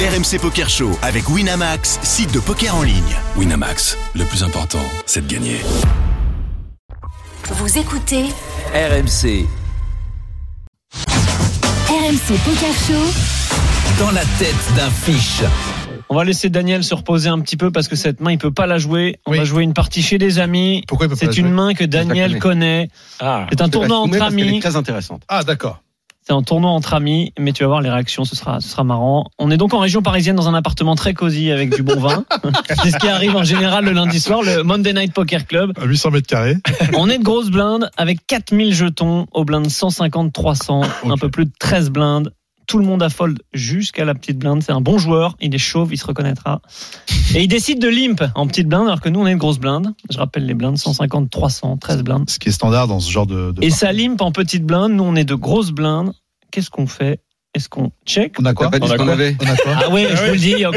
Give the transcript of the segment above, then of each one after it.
RMC Poker Show avec Winamax, site de poker en ligne. Winamax, le plus important, c'est de gagner. Vous écoutez RMC, RMC Poker Show. dans la tête d'un fiche. On va laisser Daniel se reposer un petit peu parce que cette main, il peut pas la jouer. On va jouer une partie chez des amis. Pourquoi il peut pas la C'est une jouer main que Daniel connais. connaît. C'est un tournoi entre amis. très intéressante. Ah, d'accord. C'est un tournoi entre amis, mais tu vas voir les réactions, ce sera, ce sera marrant. On est donc en région parisienne dans un appartement très cosy avec du bon vin. C'est ce qui arrive en général le lundi soir, le Monday Night Poker Club. À 800 Euh, mètres carrés. On est de grosses blindes avec 4000 jetons aux blindes 150, 300, un Ah, Ok. peu plus de 13 blindes. Tout le monde a fold jusqu'à la petite blinde. C'est un bon joueur. Il est chauve, il se reconnaîtra. Et il décide de limp en petite blinde, alors que nous, on est de grosses blindes. Je rappelle les blindes 150, 300, 13 blindes. Ce qui est standard dans ce genre de. de Et partie. ça limp en petite blinde. Nous, on est de grosses blindes. Qu'est-ce qu'on fait Est-ce qu'on check On a quoi T'as pas dit ce qu'on avait. On a quoi Ah oui, je vous le dis, ok.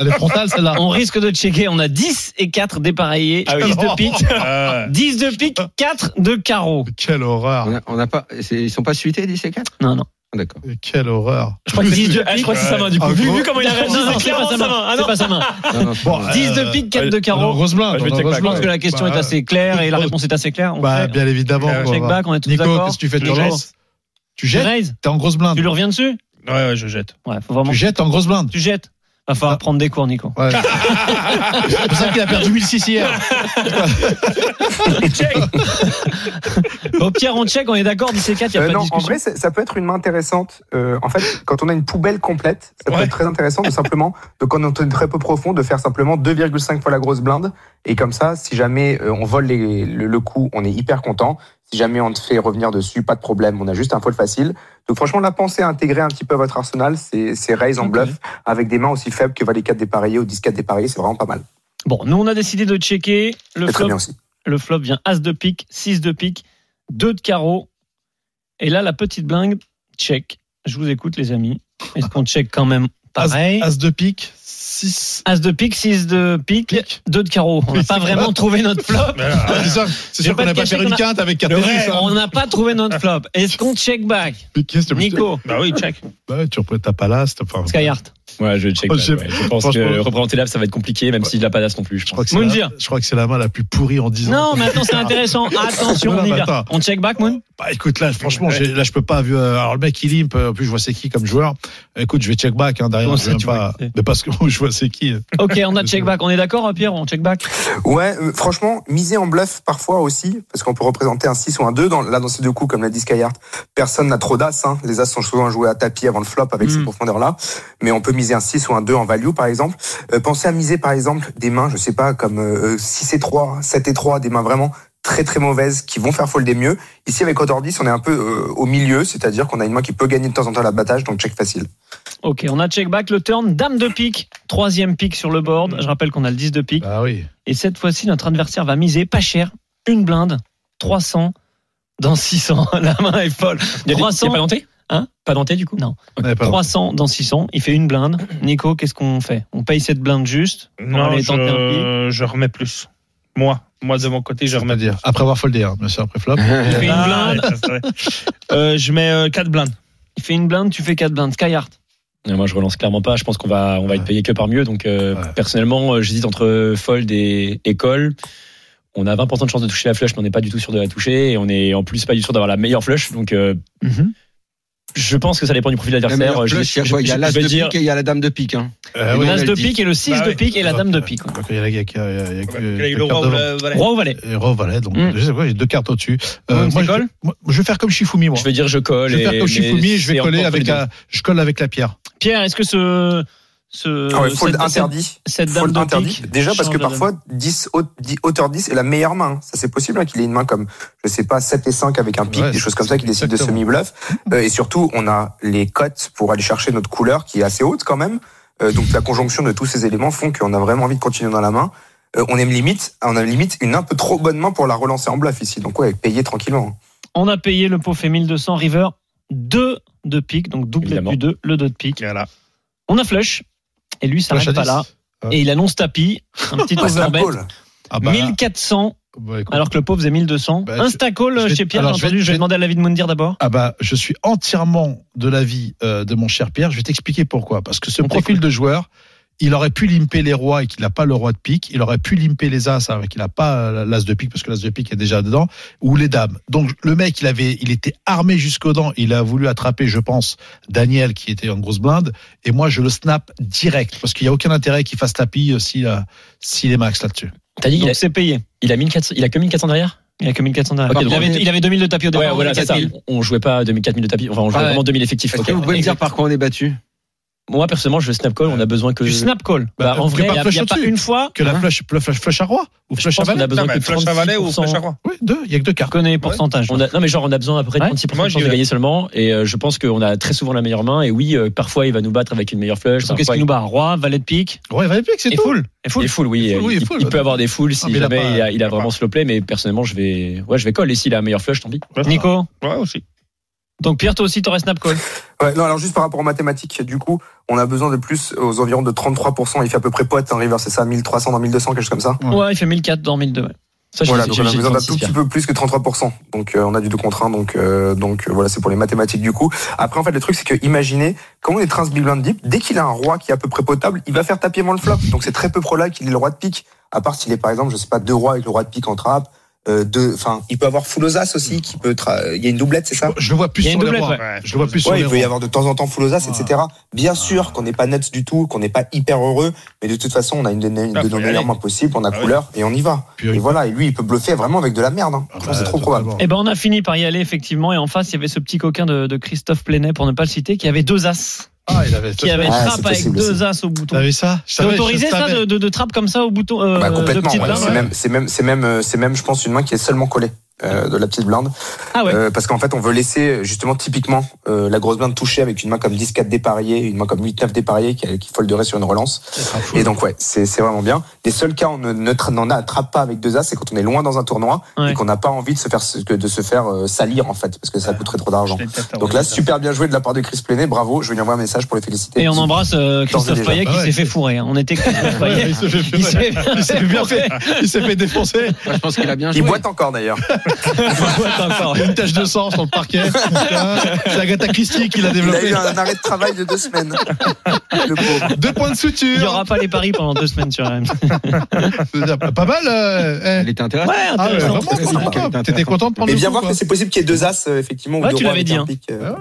Elle est frontale, celle-là. Ah On risque de checker. On a 10 et 4 dépareillés, 10 de pique, 10 de pique, 4 de carreau. Quelle horreur. On a, on a pas, c'est- ils sont pas suités, 10 et 4 Non, non. Ah, D'accord. Quelle horreur. Je crois que 10 de pique. du coup. Vu, comment il a réagi, c'est clairement sa main. Ah, C'est pas sa main. Non, non, c'est- Bon, euh, 10 de pique, 4 de carreau. Rose blanc. je vais check back. Je pense que la question est assez claire et la Rose- réponse est assez claire. On Bah, fait- bien évidemment. Euh, on va check voir. back, on est tous Nico, d'accord. qu'est-ce que tu fais Tu Je jettes raise. Tu Tu jettes raises T'es en grosse blinde. Tu le reviens dessus Ouais, ouais, je jette. Ouais, faut vraiment. Tu jettes en grosse blinde. Tu jettes. Va falloir Ah. prendre des cours, Nico. Ouais. C'est pour ça qu'il a perdu 1600 hier. Au pire, on check, on est d'accord, 10 et 4, il n'y a Euh, pas de non, en discussion. vrai, c'est- ça peut être une main intéressante. Euh, en fait, quand on a une poubelle complète, ça peut Ouais. être très intéressant de simplement, de, quand on est très peu profond, de faire simplement 2,5 fois la grosse blinde. Et comme ça, si jamais euh, on vole les- le, le coup, on est hyper content. Si jamais on te fait revenir dessus, pas de problème, on a juste un fold facile. Donc franchement, la pensée à intégrer un petit peu à votre arsenal, c'est c'est raise en bluff avec des mains aussi faibles que valet 4 dépareillé ou 10 4 dépareillé, c'est vraiment pas mal. Bon, nous, on a décidé de checker. Le C'est très flop, bien aussi. le flop vient As de pique, 6 de pique, 2 de carreau. Et là, la petite blingue, check. Je vous écoute, les amis. Est-ce qu'on check quand même pareil As de pique, 6. As de pique, 6 de pique, 2 de carreau. On n'a Oui, pas c'est vraiment pas- trouvé notre flop. Ah. Ah, C'est sûr, J'ai c'est sûr pas qu'on n'a de pas cachet, fait une qu'on a- quinte avec 4 On n'a pas trouvé notre flop. Est-ce qu'on check back Nico, Bah oui, check. Bah, tu reprends ta palace. t'as pas- Skyhart. Ouais, je vais check. Oh, back, j'ai- ouais. Je pense franchement- que représenter l'AF, ça va être compliqué, même Ouais. s'il n'a pas d'AS non plus. Je Je pense. crois que c'est Moundir. la- je crois que c'est la main la plus pourrie en 10 ans. Non, mais attends, c'est intéressant. Attention, on y va. On check back, Moon Bah écoute, là, franchement, j'ai- là, je peux pas. vu- euh, Alors, le mec, il limpe. En plus, je vois c'est qui comme joueur. Écoute, je vais check back. Hein, derrière, Comment je ça, vais tu vois pas. qui c'est Mais parce que moi, je vois c'est qui. Ok, on a check back. On est d'accord, hein, Pierre On check back Ouais, euh, franchement, miser en bluff parfois aussi, parce qu'on peut représenter un 6 ou un 2. Dans, là, dans ces deux coups, comme l'a dit Skyhart, personne n'a trop d'as. hein. Les as sont souvent joués à tapis avant le flop avec Mm. ces profondeurs-là. Mais on peut miser un 6 ou un 2 en value, par exemple. Euh, pensez à miser, par exemple, des mains, je sais pas, comme euh, 6 et 3, 7 et 3, des mains vraiment très très mauvaises qui vont faire folder mieux. Ici, avec Odor 10, on est un peu euh, au milieu, c'est-à-dire qu'on a une main qui peut gagner de temps en temps l'abattage, donc check facile. Ok, on a check back. Le turn, dame de pique. Troisième pique sur le board. Je rappelle qu'on a le 10 de pique. Ah oui. Et cette fois-ci, notre adversaire va miser pas cher. Une blinde, 300 dans 600. La main est folle. Il y a des- il y a 300. pas denté Hein Pas denté du coup Non. On avait pas- 300 dans 600. Il fait une blinde. Nico, qu'est-ce qu'on fait On paye cette blinde juste pour Non, aller tenter un pique je, je remets plus. Moi, moi de mon côté, je On va remets dire. Après avoir foldé, hein, bien sûr, après flop. Il fait une Ah, blinde. ça serait- Euh, je mets 4 blindes. Il fait une blinde, tu fais 4 blindes. Skyhart. Et moi, je relance clairement pas. Je pense qu'on va, on va être payé que par mieux. Donc, euh, Ouais. personnellement, euh, j'hésite entre fold et école. On a 20% de chance de toucher la flush, mais on n'est pas du tout sûr de la toucher. Et on est en plus pas du tout sûr d'avoir la meilleure flush. Donc, euh, Mhm. je pense que ça dépend du profil de La meilleure l'adversaire. euh, Je, flush, il y a je- quoi Il y a je- l'as je vais de dire- pique et il y a la dame de pique. hein. Euh, oui, le as elle de le dit. pique et le 6 Bah de ouais. pique et la dame de pique. Donc, il y a la- il y a que- il y a que- il y a que le quatre roi, devant. le- voilà. Roi ou valet Et Roi, valet. Donc, Mm. je sais quoi, il y a deux cartes au-dessus. Euh, Donc, moi, tu je, colles moi, je vais faire comme Shifumi, moi. Je vais dire je colle. Je vais faire et- comme mais Shifumi, je c'est vais coller encore avec entre les la, je colle avec la pierre. Pierre, est-ce que ce. ce Ah ouais, fold cette- interdit. cette Faut dame le de interdit. pique. Déjà parce Change que la donne. parfois 10 haute- 10 hauteur 10 est la meilleure main. Ça c'est possible hein, qu'il ait une main comme je sais pas 7 et 5 avec un pic, Ouais, des choses comme ça qui décide de exactement. semi bluff. et surtout on a les cotes pour aller chercher notre couleur qui est assez haute quand même. Euh, donc la conjonction de tous ces éléments font qu'on a vraiment envie de continuer dans la main. Euh, on aime limite, on a limite une un peu trop bonne main pour la relancer en bluff ici. Donc ouais, payer tranquillement. On a payé le pot fait 1200 river 2 de pique, donc double Évidemment. du 2, le 2 de pique. Voilà. On a flush et lui ça Flush s'arrête à pas là 10. Ah. et il annonce tapis, un petit Ouais, c'est un overbet. call. Ah bah, 1400 Bah, écoute. Alors que le pauvre faisait 1200. Bah, je- je Instacall vais- chez Pierre, j'ai alors, je vais- entendu. Je je vais- vais demander à l'avis de Moundir d'abord. Ah bah, je suis entièrement de l'avis euh, de mon cher Pierre. Je vais t'expliquer pourquoi. Parce que ce On profil de joueur, il aurait pu limper les rois et qu'il n'a pas le roi de pique. Il aurait pu limper les as avec qu'il n'a pas euh, l'as de pique parce que l'as de pique est déjà dedans. Ou les dames. Donc le mec, il avait, il était armé jusqu'aux dents. Il a voulu attraper, je pense, Daniel qui était en grosse blinde. Et moi, je le snap direct parce qu'il n'y a aucun intérêt qu'il fasse tapis euh, s'il a- s'il est max là-dessus. T'as dit, il a, Donc c'est payé. il, a 1400 il a que 1400 derrière Il a que 1400 derrière. Ok, il, donc- avait, il avait 2000 de tapis au départ. Ouais, voilà, c'est ça. 4000. On jouait pas 2000-4000 de tapis. Enfin, on jouait Ah ouais. vraiment 2000 effectifs. Est-ce Ok. que vous pouvez me Et- dire par quoi on est battu Moi, personnellement, je snap call. On a besoin que. Du snap call. Bah, en que vrai, par il y a- flush il y a pas au-dessus. une fois. Que la flush, le flush, flush à roi ou Je flush à pense qu'on valet. a besoin Non, mais que Flash à Valet ou Flash à 36%. Roi Oui, deux. Il y a que deux Je cartes. connais les pourcentages. On a- non mais genre on a besoin à peu près de Ouais. 36% Moi, j'y de vais. gagner seulement et euh, je pense qu'on a très souvent la meilleure main et oui euh, parfois il va nous battre avec une meilleure flush Qu'est-ce parfois, qu'il nous bat Roi, valet de pique. Ouais, valet pique, c'est Et tout. full. Et il full. est full, oui. Il est full, oui, il, il est full. il peut avoir des fouls si mais il a jamais pas- il a, il a il a vraiment pas. slow play, mais personnellement, je vais, ouais, je vais call. Et s'il a la meilleure flush, tant pis. Nico. Ouais, aussi. Donc Pierre, toi aussi, t'aurais snap call. Ouais, non, alors juste par rapport aux mathématiques, du coup, on a besoin de plus aux environs de 33%. Il fait à peu près pote, un river, c'est ça, 1300 dans 1200, quelque chose comme ça. Ouais. Ouais, il fait 1400 dans 1002. ouais. Ça, je Voilà, sais- donc j'ai- on a j'ai besoin d'un 36, tout petit Pierre. peu plus que 33%. Donc euh, on a du 2 contre 1, donc, euh, donc euh, voilà, c'est pour les mathématiques du coup. Après, en fait, le truc, c'est que imaginez, quand on est trans big blind deep, dès qu'il a un roi qui est à peu près potable, il va faire taper avant le flop. Donc c'est très peu probable qu'il ait le roi de pique, à part s'il est par exemple, je sais pas, deux rois avec le roi de pique en trappe. Euh, deux, enfin, il peut avoir full aux as aussi, qui peut tra- il y a une doublette, c'est ça Je le vois plus Il y a une sur les doublette, rois. ouais. Ouais, Je le vois plus sur Ouais, les il peut y rois. avoir de temps en temps full aux as, Ouais. etc. Bien sûr qu'on n'est pas nuts du tout, qu'on n'est pas hyper heureux, mais de toute façon, on a une, une, une Ah, de faut nos y meilleures aller. mains possibles, on a Ah oui. couleur et on y va. Puis, Et il- voilà, et lui, il peut bluffer vraiment avec de la merde. Hein. Ah Franchement, bah, c'est trop probable. totalement. Eh ben on a fini par y aller effectivement et en face il y avait ce petit coquin de, de Christophe Plenet pour ne pas le citer qui avait deux as Ah, il avait. qui avait Ah, trappe c'est avec possible, deux as au bouton. T'as vu ça Je C'est savais, autorisé je ça savais. de, de, de trappe comme ça au bouton euh, Bah, de complètement. petite ouais. blinde C'est même, c'est même, c'est même, euh, c'est même, je pense, une main qui est seulement collée euh, de la petite blinde. Ah ouais. Euh, parce qu'en fait, on veut laisser justement typiquement euh, la grosse blinde toucher avec une main comme 10-4 dépareillée, une main comme 8-9 dépareillée qui, qui folderait sur une relance. hein. Et donc ouais, c'est c'est vraiment bien. Les seuls cas où on ne- ne tra- n'en attrape pas avec deux as, c'est quand on est loin dans un tournoi Ouais. Ah, et qu'on n'a pas envie de se faire se- que de se faire euh, salir en fait, parce que ça coûterait trop d'argent. Donc là, super bien joué de la part de Chris Plenet, bravo. Je vais lui envoyer un message pour les féliciter. Et on embrasse euh, Christophe déjà. Payet qui Bah ouais. s'est fait fourrer. hein. On était Christophe Ouais, Payet. il se fait faire- Il s'est il s'est fait bien fourrer. fait. Il s'est fait défoncer. Moi, Je pense qu'il a bien Il joué. boite encore d'ailleurs. Il y a une tache de sang sur le parquet. Putain, C'est Agatha Christie qui l'a Il a développé. eu un arrêt de travail de deux semaines. Le pauvre. Deux points de Il n'y suture. aura pas les paris pendant deux semaines sur RMC. Pas mal. euh, Elle eh. était intéressante. Ouais, Ah, ouais, intéressant. vraiment, sympa. T'étais content de prendre Mais le bien coup, voir quoi. que c'est possible qu'il y ait deux as, euh, effectivement, ou Ouais, deux tu rois l'avais avec dit, un hein. pic, euh, Ouais,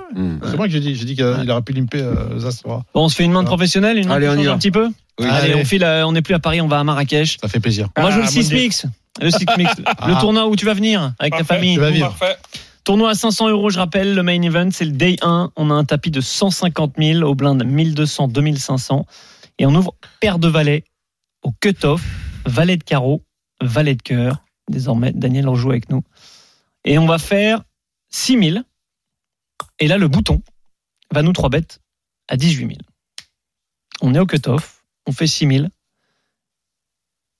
C'est moi que j'ai dit. J'ai dit qu'il aurait pu limper euh, Zas. voilà. Bon, on se fait Ah. une main de professionnelle, une main Allez, qui on y change va. un petit peu. Oui. Allez, Allez. on file. euh, on n'est plus à Paris, on va à Marrakech. Ça fait plaisir. On va Ah, jouer le mon Dieu. 6 mix. Le 6 mix. Le Ah. tournoi où tu vas venir avec ta Parfait, famille. tu vas vivre. Parfait. Tournoi à 500 euros, je rappelle, le main event, c'est le day 1. On a un tapis de 150 000, au blind 1200, 2500. Et on ouvre paire de valets au cut-off, valet de carreau, valet de cœur. Désormais, Daniel en joue avec nous. Et on va faire 6000. Et là, le bouton va nous 3 bêtes à 18 000. On est au cut-off, on fait 6000.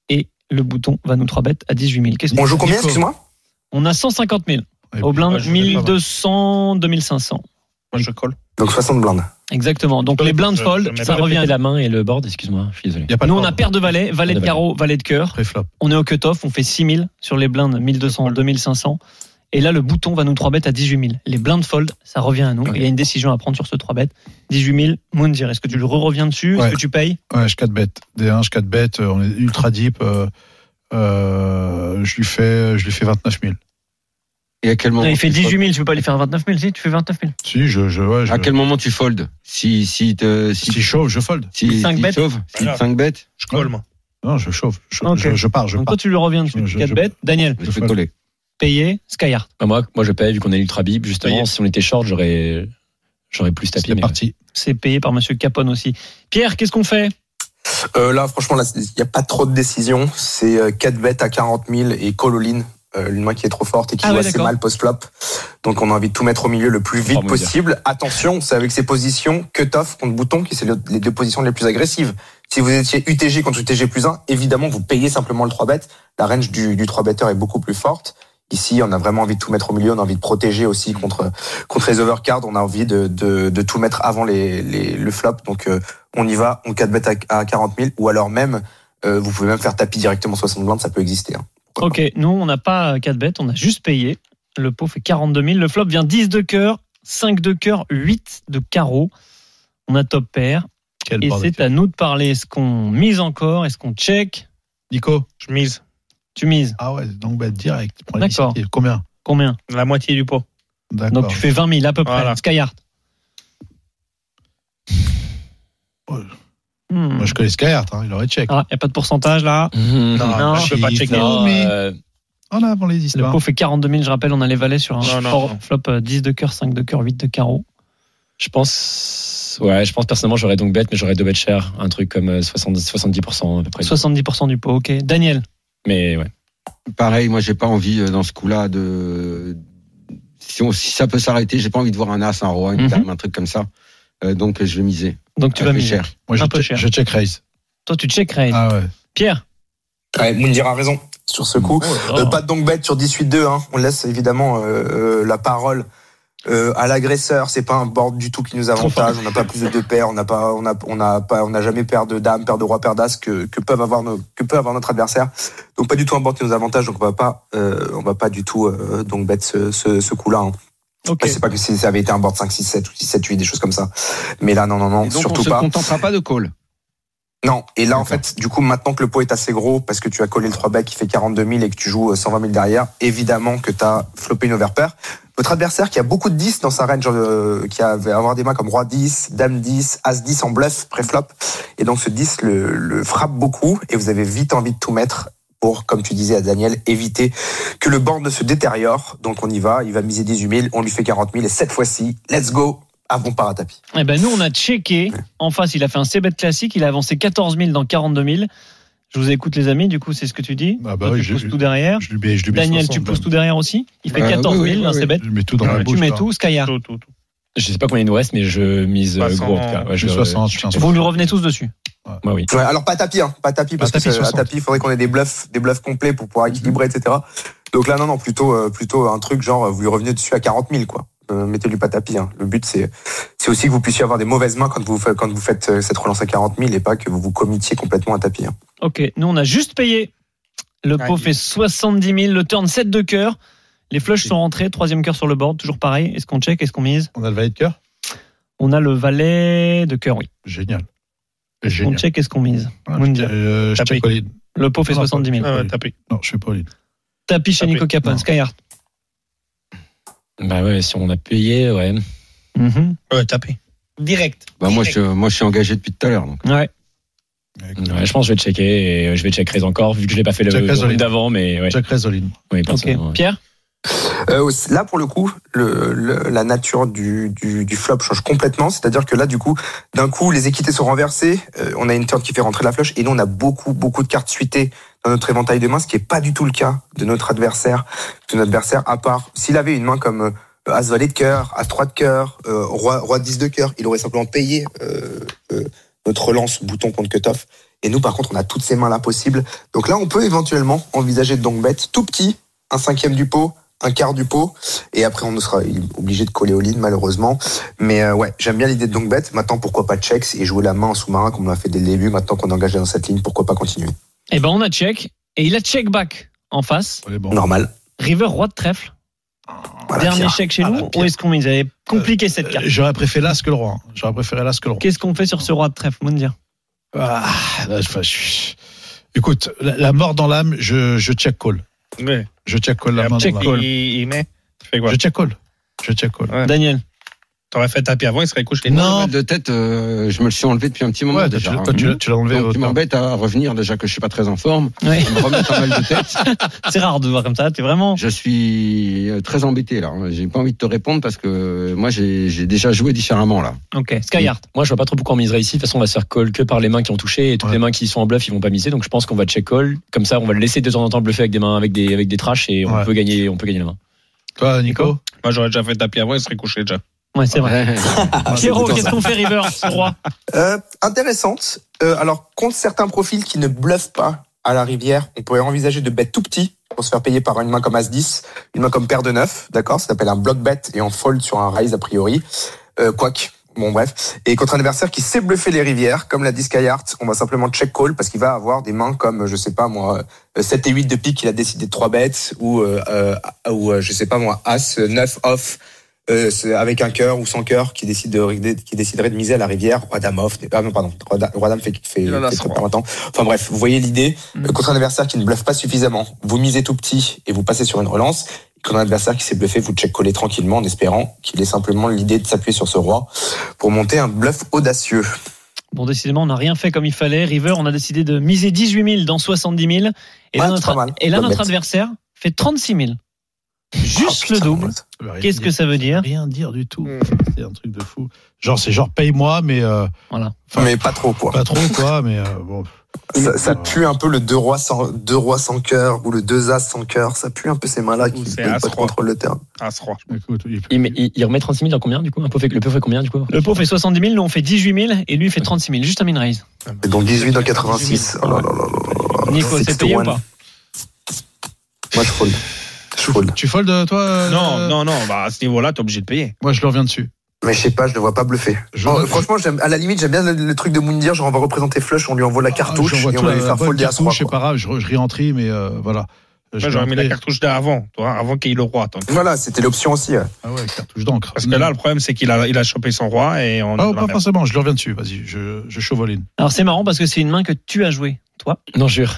Et le bouton va nous 3 bêtes à 18 000. Qu'est-ce On qu'on joue combien, Nico. excuse-moi On a 150 000. Et Au puis, blind, ouais, je voulais pas, moi. 1200, 2500. Moi, je colle. Donc 60 blindes. Exactement. Donc Je- les euh, blindes je- fold, je mets ça pas revient. Et la main et le board, excuse-moi, je suis désolé. Il y a pas de Nous, on a forme. paire de valets, valet de Pas de carreau, valet de cœur. Pré-flop. On est au cut-off, on fait 6000 sur les blindes, 1200, 2500. Et là, le bouton va nous 3 bêtes à 18 000. Les blindes fold, ça revient à nous. Il y a une décision à prendre sur ce 3 bêtes. 18 000, Moundir, est-ce que tu le reviens dessus Ouais. Est-ce que tu payes Ouais, je 4 bêtes. D1, je 4 bêtes. euh, On est ultra deep. euh, euh, je lui fais, je lui fais 29 000. Et à quel moment Là, Il fait tu 18 000, tu peux pas lui faire 29 000 Si, tu fais 29 000. Si, je, je, ouais, je- À quel moment tu fold Si si te si je si chauffe, je fold. si Cinq si bêtes chauve, si Voilà. 5 bêtes, Je colle, moi. Non, je chauffe. Je, Ok. je, je pars, je Donc pars. toi, tu le reviens dessus. Je- je- 4 je- bêtes. Daniel, je vais fold. coller. payé, Skyhard. Bah, moi, moi, je paye, vu qu'on est ultra bib, justement. Payé. Si on était short, j'aurais, j'aurais plus tapé. C'est mais- parti. C'est payé par monsieur Capone aussi. Pierre, qu'est-ce qu'on fait Euh, là, franchement, là, il n'y a pas trop de décision. C'est euh, 4 bêtes à 40 000 et call all in, euh, une main qui est trop forte et qui Ah joue ouais, assez d'accord. mal post-flop. Donc, on a envie de tout mettre au milieu le plus vite Formidable. possible. Attention, c'est avec ces positions cut-off contre bouton qui c'est le- les deux positions les plus agressives. Si vous étiez UTG contre UTG plus 1, évidemment, vous payez simplement le 3 bêtes. La range du, du 3 betteur est beaucoup plus forte. Ici, on a vraiment envie de tout mettre au milieu. On a envie de protéger aussi contre contre les overcards. On a envie de, de, de tout mettre avant les, les, le flop. Donc, euh, on y va, on 4 bet à, à 40 000, ou alors même, euh, vous pouvez même faire tapis directement 60 blindes, ça peut exister. hein. Pourquoi Ok, nous, on n'a pas 4 bêtes, on a juste payé. Le pot fait 42 000. Le flop vient 10 de cœur, 5 de cœur, 8 de carreau. On a top pair. Quel Et bordel. c'est à nous de parler. Est-ce qu'on mise encore Est-ce qu'on check Nico Je mise Tu mises Ah ouais, donc bah, direct. Prends D'accord. l'initiative. Combien combien la moitié du pot. D'accord. Donc tu fais 20 000 à peu près. Voilà. Skyhard. Ouais. Hmm. Moi, je connais Skyheart, hein, il aurait check. Ah, il n'y a pas de pourcentage là. non, je je peux pas checker. mais... En avant les Le histoires. pot fait 42 000, je rappelle, on a les valets sur un Non, non, fort- non. flop euh, 10 de cœur, 5 de cœur, 8 de carreau. Je pense. Ouais, je pense personnellement, j'aurais donc bête, mais j'aurais deux bêtes chères. Un truc comme euh, 70, 70% à peu près. 70% du pot, ok. Daniel, Mais ouais. Pareil, moi, j'ai pas envie euh, dans ce coup-là de. Si, on- si ça peut s'arrêter, j'ai pas envie de voir un as, un roi, une Mhm. dame, un truc comme ça. Euh, donc, je vais miser. donc tu Ah, vas c'est miser. cher. Moi, je, un peu check- cher. je check raise. Toi, tu check raise. Ah ouais. Pierre Oh. Ouais, Moundir a raison sur ce coup. Euh, pas de donc bête sur 18-2. hein. On laisse évidemment euh, euh, la parole euh, à l'agresseur. C'est pas un board du tout qui nous avantage. On n'a pas plus de deux paires. On n'a pas, on a, on a pas, on n'a jamais paire de dames, paire de rois, paire d'as que, que peuvent avoir nos, que peut avoir notre adversaire. Donc pas du tout un board qui nous avantage. Donc on va pas, euh, on va pas du tout euh, donc bête ce, ce, ce coup-là. hein. Ok. Après, C'est pas que si ça avait été un board 5, 6, 7 ou 6, 7, 8, des choses comme ça. Mais là, non, non, non, Et donc, on surtout se pas. contentera pas de call. Non, et là en fait, du coup, maintenant que le pot est assez gros, parce que tu as collé le 3 bet qui fait 42 000 et que tu joues euh, 120 000 derrière, évidemment que tu as floppé une overpair. Votre adversaire qui a beaucoup de 10 dans sa range, euh, qui a, va avoir des mains comme roi 10, dame 10, as 10 en bluff, préflop, et donc ce 10 le, le frappe beaucoup, et vous avez vite envie de tout mettre pour, comme tu disais à Daniel, éviter que le banc ne se détériore. Donc on y va, il va miser 18 000, on lui fait 40 000, et cette fois-ci, let's go, avant par à tapis. Eh ben nous, on a checké. En face, il a fait un c-bet classique. Il a avancé 14 000 dans 42 000. Je vous écoute, les amis. Du coup, c'est ce que tu dis. Ah bah Toi, oui, tu j'ai pousses vu. Ah tout derrière. Je lui mets, je lui mets Daniel, 60, tu pousses même. tout derrière aussi. Il fait Euh, 14 oui, 000 oui, dans oui, ses oui. bêtes. Je lui mets tout dans la Tu bouche. hein. mets là. tout, Skyard. Tout, tout, tout. Je sais pas combien il nous reste, mais je mise euh, gros. en tout cas. Ouais, Je je, mets 60, putain. Vous nous revenez tous dessus. Moi, oui. Ouais, alors pas à tapis, hein, pas à tapis parce Pas à que tapis, c'est- à 60. tapis, il faudrait qu'on ait des bluffs, des bluffs complets pour pouvoir équilibrer, etc. Donc là, non, non, plutôt, euh, plutôt un truc genre vous lui revenez dessus à 40 000, quoi. Euh, Mettez-lui pas à tapis. Hein. Le but, c'est, c'est aussi que vous puissiez avoir des mauvaises mains quand vous fa- quand vous faites euh, cette relance à 40 000 et pas que vous vous committiez complètement à tapis. hein. Ok, nous, on a juste payé. Le pot fait 70 000. Le turn 7 de cœur. Les flushs sont rentrés. Troisième cœur sur le board. Toujours pareil. Est-ce qu'on check Est-ce qu'on mise On a le valet de cœur On a le valet de cœur, oui. Génial. On Génial. check Est-ce qu'on mise Ah, Moon je- Jack. euh, Je Tapis. check all in. Le pot fait Non, non, 70 000. Ah ouais, tapé. Non, je fais pas all in. Tapis chez Tapis. Nico Capone, Non. Skyhard. Bah ouais, si on a payé, ouais. Ouais, tapé. Direct. Bah, moi, je, moi, je suis engagé depuis tout à l'heure. donc. Ouais. euh, Ouais, je pense que je vais checker et euh, je vais check raise encore, vu que je l'ai pas fait le Check raise, le round allez. d'avant, mais ouais. Check raise all in. Oui, Ok. personnellement, ouais. Pierre Euh, là, pour le coup, le, le- la nature du, du, du flop change complètement. C'est-à-dire que là, du coup, d'un coup, les équités sont renversées. euh, on a une turn qui fait rentrer la flèche. Et nous, on a beaucoup, beaucoup de cartes suitées dans notre éventail de mains, ce qui est pas du tout le cas de notre adversaire. De notre adversaire, à part s'il avait une main comme euh, As valet de cœur, As 3 de cœur, euh, Roi, Roi 10 de cœur, il aurait simplement payé euh, euh, notre relance bouton contre cutoff. Et nous, par contre, on a toutes ces mains-là possibles. Donc là, on peut éventuellement envisager de donc bet tout petit, un cinquième du pot, un quart du pot, et après on sera obligé de coller au lead malheureusement. Mais euh, ouais, j'aime bien l'idée de donc bet. Maintenant, pourquoi pas checks et jouer la main en sous-marin comme on l'a fait dès le début. Maintenant qu'on est engagé dans cette ligne, pourquoi pas continuer Eh ben, on a check. Et il a check back en face. On est bon. Normal. River, roi de trèfle. Voilà, Dernier Pierre. check chez Ah, nous. bah, Ou Pierre. est-ce qu'on mise J'avais compliqué cette Euh, carte. J'aurais préféré l'as que le roi. hein. J'aurais préféré l'as que Euh, le roi. Qu'est-ce qu'on fait sur ce roi de trèfle, Moundir Ah, là, je- enfin, je- Écoute, la, la mort dans l'âme, je, je check call. Ouais. Je check call Et la main après, dans l'âme. il, il met. Tu fais quoi Je check call. Je check call. Ouais. Daniel. T'aurais fait taper avant, il serait couché. Non. De tête, euh, je me le suis enlevé depuis un petit moment Ouais, toi, tu, déjà. l'as- hein. toi, tu l'as- tu l'as enlevé. Donc, au tu m'embêtes à revenir déjà que je suis pas très en forme. Ouais. Je me remets pas mal de tête. C'est rare de voir comme ça. T'es vraiment. Je suis euh, très embêté là. hein. J'ai pas envie de te répondre parce que euh, moi j'ai j'ai déjà joué différemment là. Ok. Skyhard. Moi, je vois pas trop pourquoi on miserait ici. De toute façon, on va se faire call que par les mains qui ont touché et toutes Ouais. les mains qui sont en bluff, ils vont pas miser. Donc, je pense qu'on va check call. Comme ça, on va le laisser de temps en temps bluffer avec des mains, avec des, avec des trash et on Ouais. peut gagner, on peut gagner la main. Toi, Nico Moi, j'aurais déjà fait taper avant, il serait couché déjà. Ouais, c'est vrai. Ouais. Pierrot, qu'est-ce qu'on fait, River, ce roi Euh, intéressante. Euh, alors contre certains profils qui ne bluffent pas à la rivière, on pourrait envisager de bet tout petit pour se faire payer par une main comme As 10, une main comme paire de 9, d'accord Ça s'appelle un block bet et on fold sur un raise a priori. Euh, quoique, Bon, bref. Et contre un adversaire qui sait bluffer les rivières, comme l'a dit Skyhart, on va simplement check call parce qu'il va avoir des mains comme, je sais pas moi, euh, 7 et 8 de pique, il a décidé de 3 bêtes, ou, euh, euh, ou euh, je sais pas moi, As, euh, 9 off, euh, c'est avec un cœur ou sans cœur, qui, décide de, qui déciderait de miser à la rivière, Roi Dame off, des- ah non, pardon, Roi Dame- Roi Dame fait, fait, Il en a fait cent. Mm. très pas longtemps. Enfin bref, vous voyez l'idée. Euh, Contre un adversaire qui ne bluffe pas suffisamment, vous misez tout petit et vous passez sur une relance. Et Contre un adversaire qui s'est bluffé, vous check coller tranquillement en espérant qu'il ait simplement l'idée de s'appuyer sur ce roi pour monter un bluff audacieux. Bon, décidément, on n'a rien fait comme il fallait. River, on a décidé de miser 18 000 dans 70 000. Et là, Ouais, notre, pas mal. et là, Bonne notre bête. adversaire fait 36 000. Juste Oh, le putain, double. merde. Qu'est-ce que hein ça veut dire Rien dire du Hmm. tout. C'est un truc de fou. Genre, c'est genre paye-moi, mais euh, Enfin, mais pas trop quoi. pas trop, quoi. Mais euh, bon, Ça, ça pue un peu le deux rois sans deux rois sans cœur ou le deux as sans cœur. Ça pue un peu ces mains-là qui Ou c'est n'ont pas de As-Roi. contrôle le terrain. As-Roi. écoute, il- Il, met- il, il remet 36 000 dans combien du coup Un pot fait- Le peu fait combien du coup Le pot fait 70 000, nous on fait 18 000 et lui il fait 36 000. Juste un min-raise. Et donc 18 dans 86. Oh là là là là là là. Nico, c'est 61. payé ou pas Moi je fold. Je fold. tu fold, toi euh, Non, non, non, bah, à ce niveau-là, t'es obligé de payer. Moi, je le reviens dessus. Mais je sais pas, je ne vois pas bluffer. Je- Oh, franchement, j'aime- à la limite, j'aime bien le, le truc de Moundir, genre on va représenter Flush, on lui envoie la cartouche Ah, j'envoie et on tout, va la- lui la faire bonne folder à cartouche, 3. C'est pas grave, je, je réentrie, mais euh, voilà. Moi, j'aurais mis la cartouche d'avant, toi, hein, avant qu'il y ait le roi. attends. Voilà, c'était l'option aussi. ouais. Ah ouais, cartouche d'encre. Parce que là, le problème, c'est qu'il a, il a chopé son roi et on Ah, a de la pas merde. forcément, je le reviens dessus, vas-y, je, je chauvoline. Alors c'est marrant parce que c'est une main que tu as jouée, toi. Non, jure.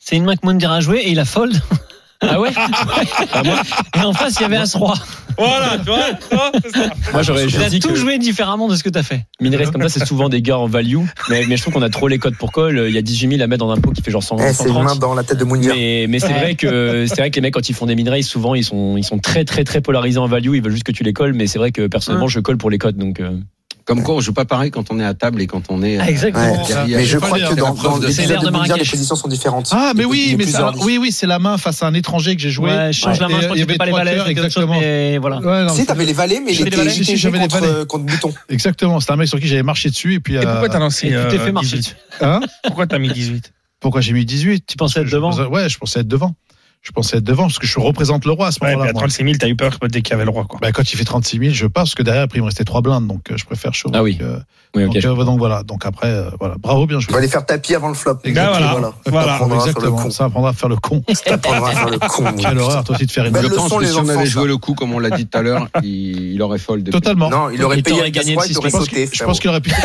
C'est une main que Mundir a jouée et il a fold. Ah ouais Et en face, il y avait As-Roi. Voilà, tu vois, tu vois, c'est ça. Moi j'aurais Il j'aurais a dit tout que joué différemment de ce que t'as fait. Minerais comme ça, c'est souvent des gars en value. Mais, mais je trouve qu'on a trop les codes pour call. Il y a 18 000 à mettre dans un pot qui fait genre 100, Eh, c'est une main 130. dans la tête de Moundir. Mais, mais c'est Ouais. vrai que c'est vrai que les mecs quand ils font des minerais souvent ils sont ils sont très très très polarisés en value ils veulent juste que tu les colles mais c'est vrai que personnellement je colle pour les codes donc euh, Comme quoi, on joue pas pareil quand on est à table et quand on est. euh, Ah, Ouais. Exactement. il y a- il y a- Mais je c'est pas crois l'air que de dans, la preuve dans de- c'est l'épisode l'air de de Moundir, les Marrakech. positions sont différentes. Ah, mais Il y a oui, mais plusieurs ça, listes. oui, oui, c'est la main face à un étranger que j'ai joué. Ouais, je change la main, je Et crois il y que c'était avait pas les trois valets, cœurs, c'était autre chose, exactement. mais voilà. Ouais, non, Si, t'avais les valets, mais il J'avais les était valets, si, si, JTG j'avais les contre, valets. euh, contre Bouton. Exactement, c'est un mec sur qui j'avais marché dessus, et puis. Et euh, pourquoi t'as bah, Et lancé tu t'es euh, fait marcher 18? dessus. hein Pourquoi t'as mis 18 Pourquoi j'ai mis 18 Tu pensais être devant Ouais, je pensais être devant. Je pensais être devant, parce que je représente le roi à ce Ouais, moment-là. puis à moi. 36 000, t'as eu peur dès qu'il y avait le roi, quoi. Bah, quand il fait 36 000, je pars, parce que derrière, après, il me restait 3 blindes, donc euh, je préfère chaud. Ah oui. Donc, euh, oui, ok. donc, euh, donc voilà, donc après, euh, voilà. Bravo, bien On joué. va les faire tapis avant le flop. Exactement. Et Ben, Voilà, T'apprendras à faire le Bah Exactement, con. ça apprendra à faire le con. T'apprendras à faire le con. mon Quelle putain. horreur, toi aussi, de faire une Bah, Je le pense sont que les si on enfants, avait ça. joué le coup, comme on l'a dit tout à l'heure, il, il aurait fold. depuis. Totalement. Non, il aurait Il payé t'aurait avec gagné As-Roi, il le t'aurait 6, sauté. Je pense frérot. qu'il aurait pu.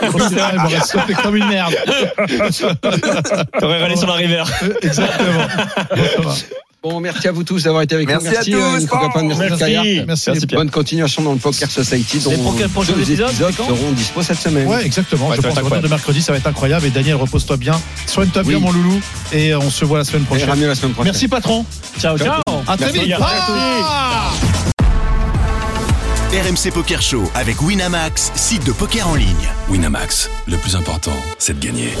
Il aurait sauté comme une merde. t'aurais râlé sur la rivière Exactement. Bon, ça Bon, merci à vous tous d'avoir été avec Merci nous. à Merci tous. euh, Nico Bon, Capone, merci, merci. Kayar. va. Merci. Merci, Bonne continuation dans le Poker Society. dont Les prochains- prochains deux épisodes, épisodes c'est quand seront dispo cette semaine. Ouais, exactement. Ouais, je pense que le ça va être retour incroyable. de mercredi, ça va être incroyable. Et Daniel, repose-toi bien. Soigne-toi bien, Oui. mon loulou. Et on se voit la semaine On prochaine. ira mieux la semaine prochaine. Merci, patron. Ciao, ciao. À très Merci. vite. Merci. Ah RMC Poker Show avec Winamax, site de poker en ligne. Winamax, le plus important, c'est de gagner.